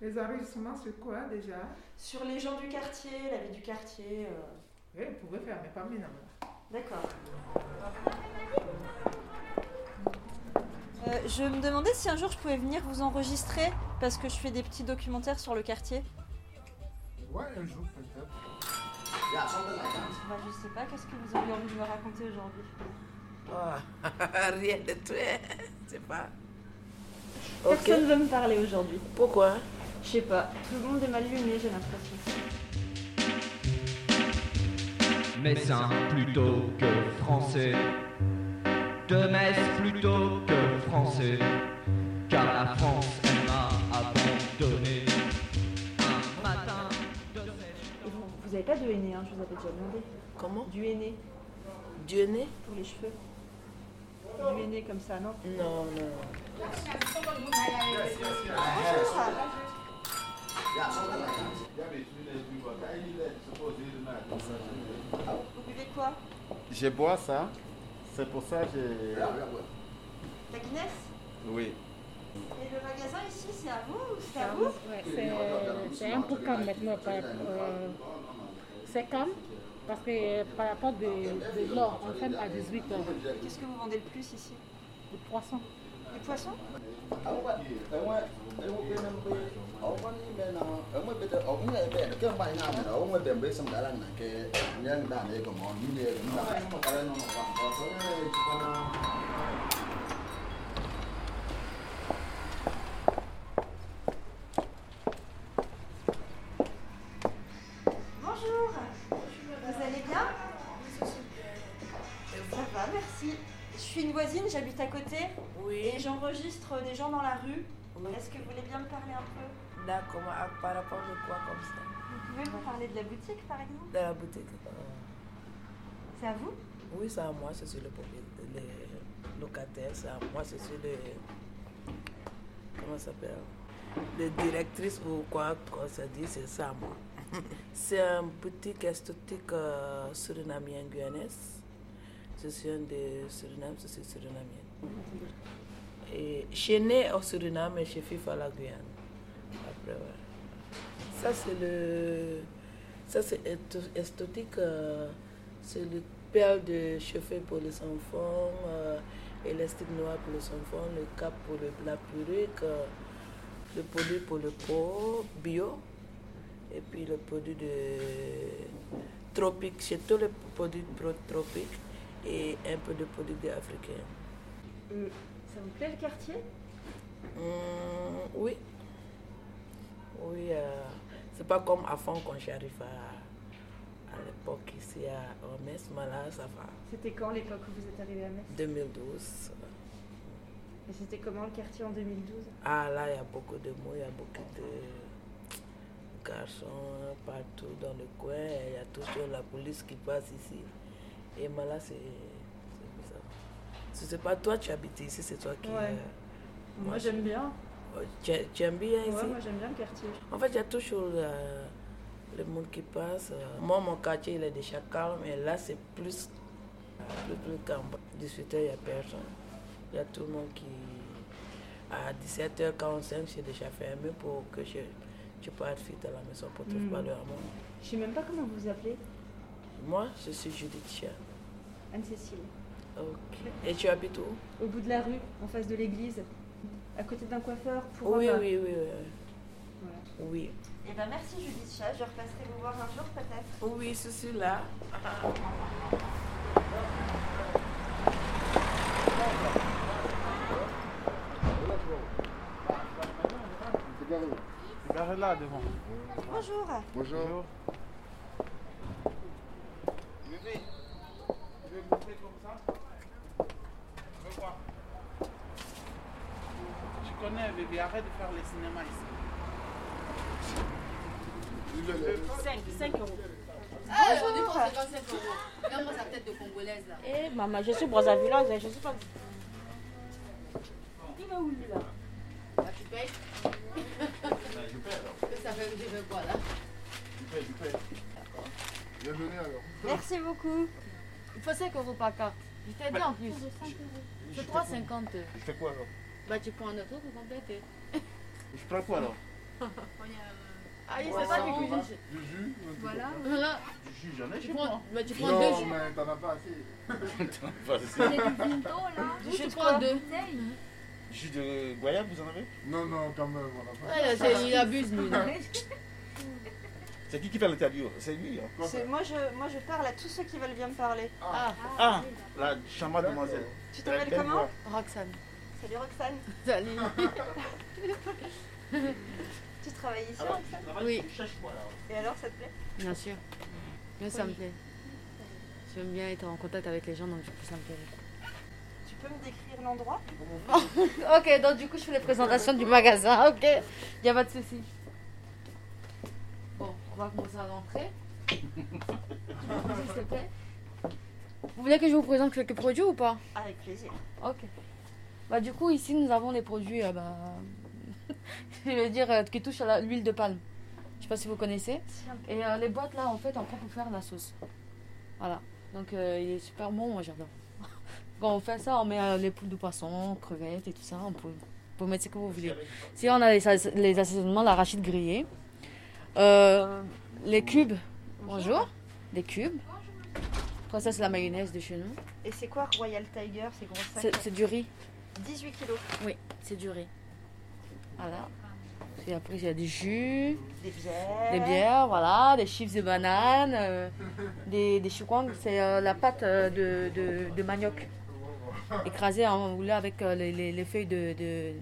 Les enregistrements sur quoi déjà Sur les gens du quartier, la vie du quartier. euh, Oui, Eh, on pouvait faire, mais pas maintenant. D'accord. Euh, je me demandais si un jour je pouvais venir vous enregistrer parce que je fais des petits documentaires sur le quartier. Ouais, un jour peut-être. Bah, je sais pas, qu'est-ce que vous auriez envie de me raconter aujourd'hui Ah, rien de très. C'est pas. Personne veut me parler aujourd'hui. Pourquoi Je sais pas, tout le monde est mal luné, j'ai l'impression. Messin plutôt que français. De Metz plutôt que français. Car la France, elle m'a abandonné. Un matin de sèche. Et vous, vous avez pas de henné, hein, je vous avais déjà demandé. Comment Du henné Dieu né pour les cheveux. Du henné comme ça, non Non, non. Vous buvez quoi Je bois ça, c'est pour ça que j'ai. La Guinness Oui. Et le magasin ici, c'est à vous ou c'est à vous Ouais, c'est- c'est un peu calme maintenant. par- euh, c'est calme parce que euh, par rapport de, de l'or, on ferme à 18 heures. Qu'est-ce que vous vendez le plus ici Le poisson, Du poisson Bonjour Vous allez bien Ça va, merci. Je suis une voisine, j'habite à côté Oui, Et j'enregistre des gens dans la rue. Est-ce que vous voulez bien me parler un peu d'accord, mais à- par rapport à quoi comme ça Vous pouvez me parler de la boutique par exemple Dans la boutique C'est à vous Oui, c'est à moi, je suis le, propriétaire, le locataire, c'est à moi, je suis le. Comment ça s'appelle Le directrice ou quoi qu'on se dit, c'est ça à moi. c'est un boutique esthétique euh, surinamienne guyanaise. Je suis un de Suriname, je suis surinamienne. Et je suis née au Suriname et je suis à la Guyane. Après, ouais. Ça, c'est le. Ça, c'est est- esthétique. euh, c'est le père de cheveux pour les enfants, euh, élastique noir pour les enfants, le cap pour le, la perruque, euh, le produit pour le peau, bio, et puis le produit de tropique, c'est tous les produits pro- tropiques et un peu de produits africains. Ça vous plaît le quartier Hum, oui. Oui, euh, c'est pas comme avant quand j'arrive à, à l'époque ici à Hermès, mais là ça va. C'était quand l'époque où vous êtes arrivé à Metz 2012. Et c'était comment le quartier en 2012 Ah là, il y a beaucoup de mots, il y a beaucoup de garçons hein, partout dans le coin. et Il y a toujours la police qui passe ici. Et moi là, c'est c'est bizarre. Je sais pas, toi tu habites ici, c'est toi qui... Ouais. Moi, Moi, j'aime bien. euh, tu, tu aimes bien ici j'aime bien le quartier. En fait, il y a toujours euh, le monde qui passe. euh. Moi, mon quartier, il est déjà calme, mais là, c'est plus, plus, plus calme. 18h, il n'y a personne. Il y a tout le monde qui. À 17h45, c'est déjà fermé pour que je, je parte vite à la maison pour te Mm. parler à moi. Je sais même pas comment vous vous appelez. Moi, je suis Judith Chia. Anne-Cécile. Ok. Et tu habites où Au bout de la rue, en face de l'église, à côté d'un coiffeur pour oui, hommes. oui, oui, oui. Voilà. Oui. Eh ben merci Judith Chat, je repasserai vous voir un jour peut-être. Oui, je suis là. Garde là devant. Bonjour Bonjour. Tu connais, bébé, arrête de faire les cinémas ici. 5 euros. Bonjour Et maman, je suis brassavilloise, je suis pas. Il va où lui là Merci beaucoup Il faut 5 euros par carte. Je t'ai dit en plus. C'est 3,50. Je fais quoi alors Bah, tu prends un autre pour compléter. Je prends quoi alors Ah oui, c'est Boisson, ça que tu cuisines. Du jus un truc Voilà. comme Voilà. ça. Du jus, j'en ai Tu chez moi. prends, bah, tu prends deux Non, jus. mais t'en as pas assez. Vas-y. Ou tu prends deux. Jus de goyave, vous en avez Non, non, quand même, on n'a pas. Ouais, là, c'est- il abuse, lui. là. C'est qui qui fait l'interview C'est lui. hein. C'est- Moi je, moi, je parle à tous ceux qui veulent bien me parler. Ah, Ah, la chambre demoiselle. Tu t'appelles comment Roxane. Salut Roxane. Salut. Tu travailles ici Alors, Ah bah, Roxane Oui. Cherche-moi là. Et alors, ça te plaît Bien sûr. Mais ça me plaît. J'aime bien être en contact avec les gens, donc du coup, ça me plaît. Tu peux me décrire l'endroit Ok, donc du coup, je fais les présentations du magasin. Ok, il a pas de souci. Bon, on va commencer à l'entrée. S'il te plaît. Vous voulez que je vous présente quelques produits ou pas Avec plaisir. Ok. Bah, du coup, ici, nous avons les produits, euh, bah, je vais le dire, euh, qui touchent à la- l'huile de palme. Je sais pas si vous connaissez. Et euh, les boîtes, là, en fait, on prend pour faire la sauce. Voilà. Donc, euh, il est super bon, moi, j'adore. Quand on fait ça, on met euh, les poules de poisson, crevettes et tout ça. On peut, vous pouvez mettre ce que vous voulez. Si on a les, as- les assaisonnements, l'arachide grillée, euh, les cubes. Bonjour. Des cubes. Après ça, c'est la mayonnaise de chez nous. Et c'est quoi Royal Tiger C'est gros sacs C'est c'est du riz. 18 kilos. C'est du riz. Voilà. Et après, il y a des jus, Des bières. des bières, voilà, des chips de bananes, euh, des, des choukwang, c'est euh, la pâte euh, de, de- de manioc écrasée en moulin avec euh, les, les- les feuilles de, de,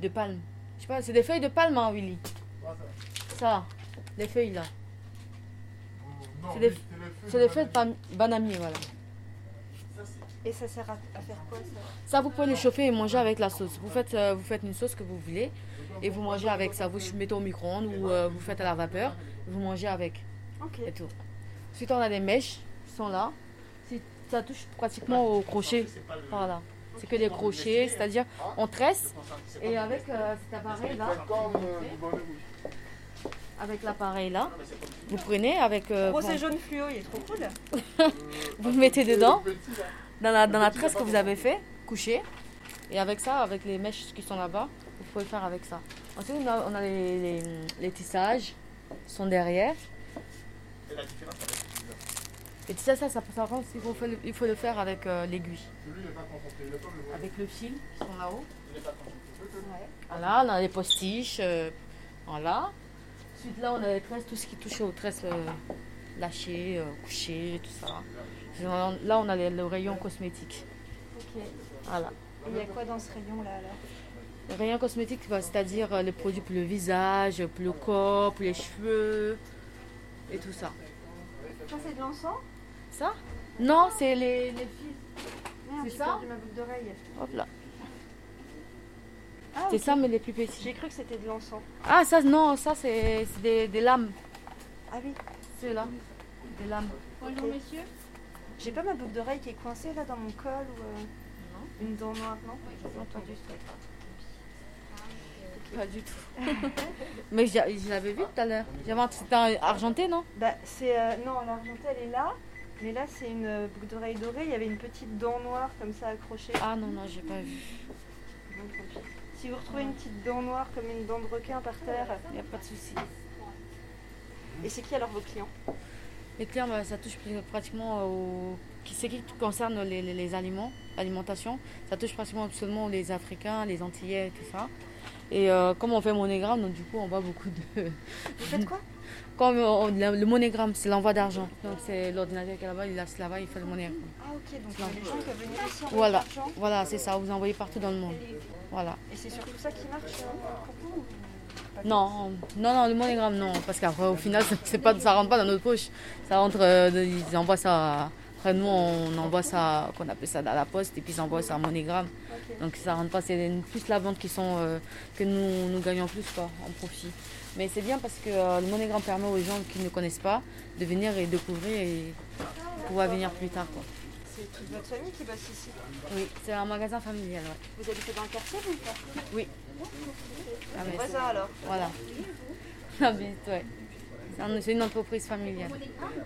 de palme. Je sais pas, c'est des feuilles de palme, hein, Willy Ça, les feuilles là. C'est des- C'est des feuilles de palme- bananier, voilà. Et ça sert à, à faire quoi ça Ça, vous pouvez les chauffer et manger avec la sauce. Vous faites, euh, vous faites une sauce que vous voulez et vous mangez avec ça. Vous mettez au micro-ondes ou euh, vous faites à la vapeur. Vous mangez avec Ok. et tout. Ensuite, on a des mèches qui sont là. Si- Ça touche pratiquement au crochet. Par là. C'est que des crochets, c'est-à-dire on tresse et avec euh, cet appareil là, C'est comme euh, du bonnet rouge. avec l'appareil là, vous prenez avec euh, Gros, bon, c'est jaune fluo, il est trop cool. vous mettez dedans Le petit, là. dans la, dans la tresse que vous avez fait, couché. Et avec ça, avec les mèches qui sont là-bas, vous pouvez faire avec ça. Ensuite, on a, on a les, les, les tissages qui sont derrière. Les tissages, ça, ça, ça rend- il, faut, le- il faut le faire avec euh, l'aiguille. Celui, il est pas concentré, il est comme le bonnet. Avec le fil qui sont là-haut. Voilà, on a les postiches. euh, voilà. Ensuite, là, on a les tresses, tout ce qui touche aux tresses euh, lâchées, euh, couchées, tout ça. Là, on a les- le rayon cosmétique. Ok. Voilà. Il y a quoi dans ce rayon là alors Rien cosmétique, bah, c'est-à-dire euh, les produits pour le visage, pour le corps, pour les cheveux et tout ça. Ça c'est de l'encens Ça Non, c'est les, les fils. Merde, C'est j'ai ça perdu ma boucle d'oreille. Hop là. Ah, C'est ok. ça, mais les plus petits. J'ai cru que c'était de l'encens. Ah, ça, non, ça, c'est c'est des, des lames. Ah oui. Ceux-là. Des lames. Bonjour messieurs. J'ai pas ma boucle d'oreille qui est coincée là dans mon col ou euh, une dent noire, non J'ai entendu ça. Pas du tout. mais je je l'avais vu tout à l'heure. J'avais un- C'était un argenté, non Bah, c'est. euh, non, l'argentée, elle est là. Mais là, c'est une euh, boucle d'oreille dorée. Il y avait une petite dent noire comme ça accrochée. Ah non, non, j'ai pas vu. Bon, tant pis. Si vous retrouvez une petite dent noire comme une dent de requin par terre. Il n'y a pas de souci. Et c'est qui alors vos clients Les clients, bah, ça touche plus- pratiquement euh, au. qui- C'est qui qui concerne les, les- les aliments, l'alimentation. Ça touche pratiquement seulement les Africains, les Antillais, tout ça. Et euh, comme on fait monégramme, donc du coup, on voit beaucoup de. Vous faites quoi Comme euh, on- le, le monégramme, c'est l'envoi d'argent. Donc c'est l'ordinateur qui est là-bas, il lâche là-bas, il fait le monégramme. Ah, ok, donc euh, les gens peuvent venir ici en Voilà. argent. Voilà, c'est ça, vous envoyez partout dans le monde. Voilà. Et c'est surtout ça qui marche euh, pour vous ou pas Non, non, non, le monégramme, non. Parce qu'après, au final, c'est pas, ça rentre pas dans notre poche. Ça rentre, euh, ils envoient ça. Après, nous, on envoie ça, qu'on appelle ça à la poste, et puis ils envoient ça à monégramme. Ok. Donc ça rentre pas, c'est plus la vente qui sont, euh, que nous, nous gagnons plus quoi, en profit. Mais c'est bien parce que euh, le monégramme permet aux gens qui ne connaissent pas de venir et découvrir et pouvoir venir plus tard. Quoi. C'est toute votre famille qui bosse ici. Oui, c'est un magasin familial. Ouais. Vous habitez dans le quartier, vous ou pas Ah, mais C'est c'est- ça alors. voilà. On habite, ouais. C'est un- C'est une entreprise familiale.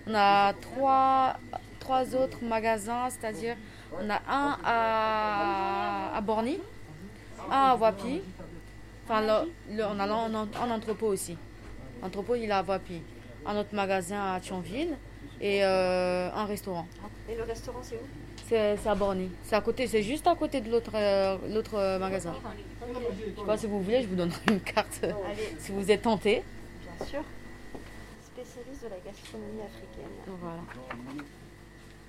On a trois, trois autres magasins, c'est-à-dire on a un à, à Borny, un à Wapi, enfin le- le- on a l'en- un entrepôt aussi. Entrepôt, il a à Vapi, un autre magasin à Thionville et euh, un restaurant. Et le restaurant, c'est où C'est c'est à Borny. C'est à côté, c'est juste à côté de l'autre euh, l'autre euh, magasin. Je sais pas si vous voulez, je vous donnerai une carte euh, Allez, si vous êtes tenté. bien sûr. Spécialiste de la gastronomie africaine. Donc, Voilà.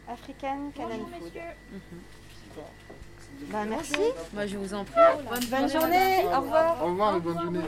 Africaine Canadian Food. Mhm. Bah, merci. Moi, je vous en prie. Bonne journée. Au revoir. Au revoir et bonne journée.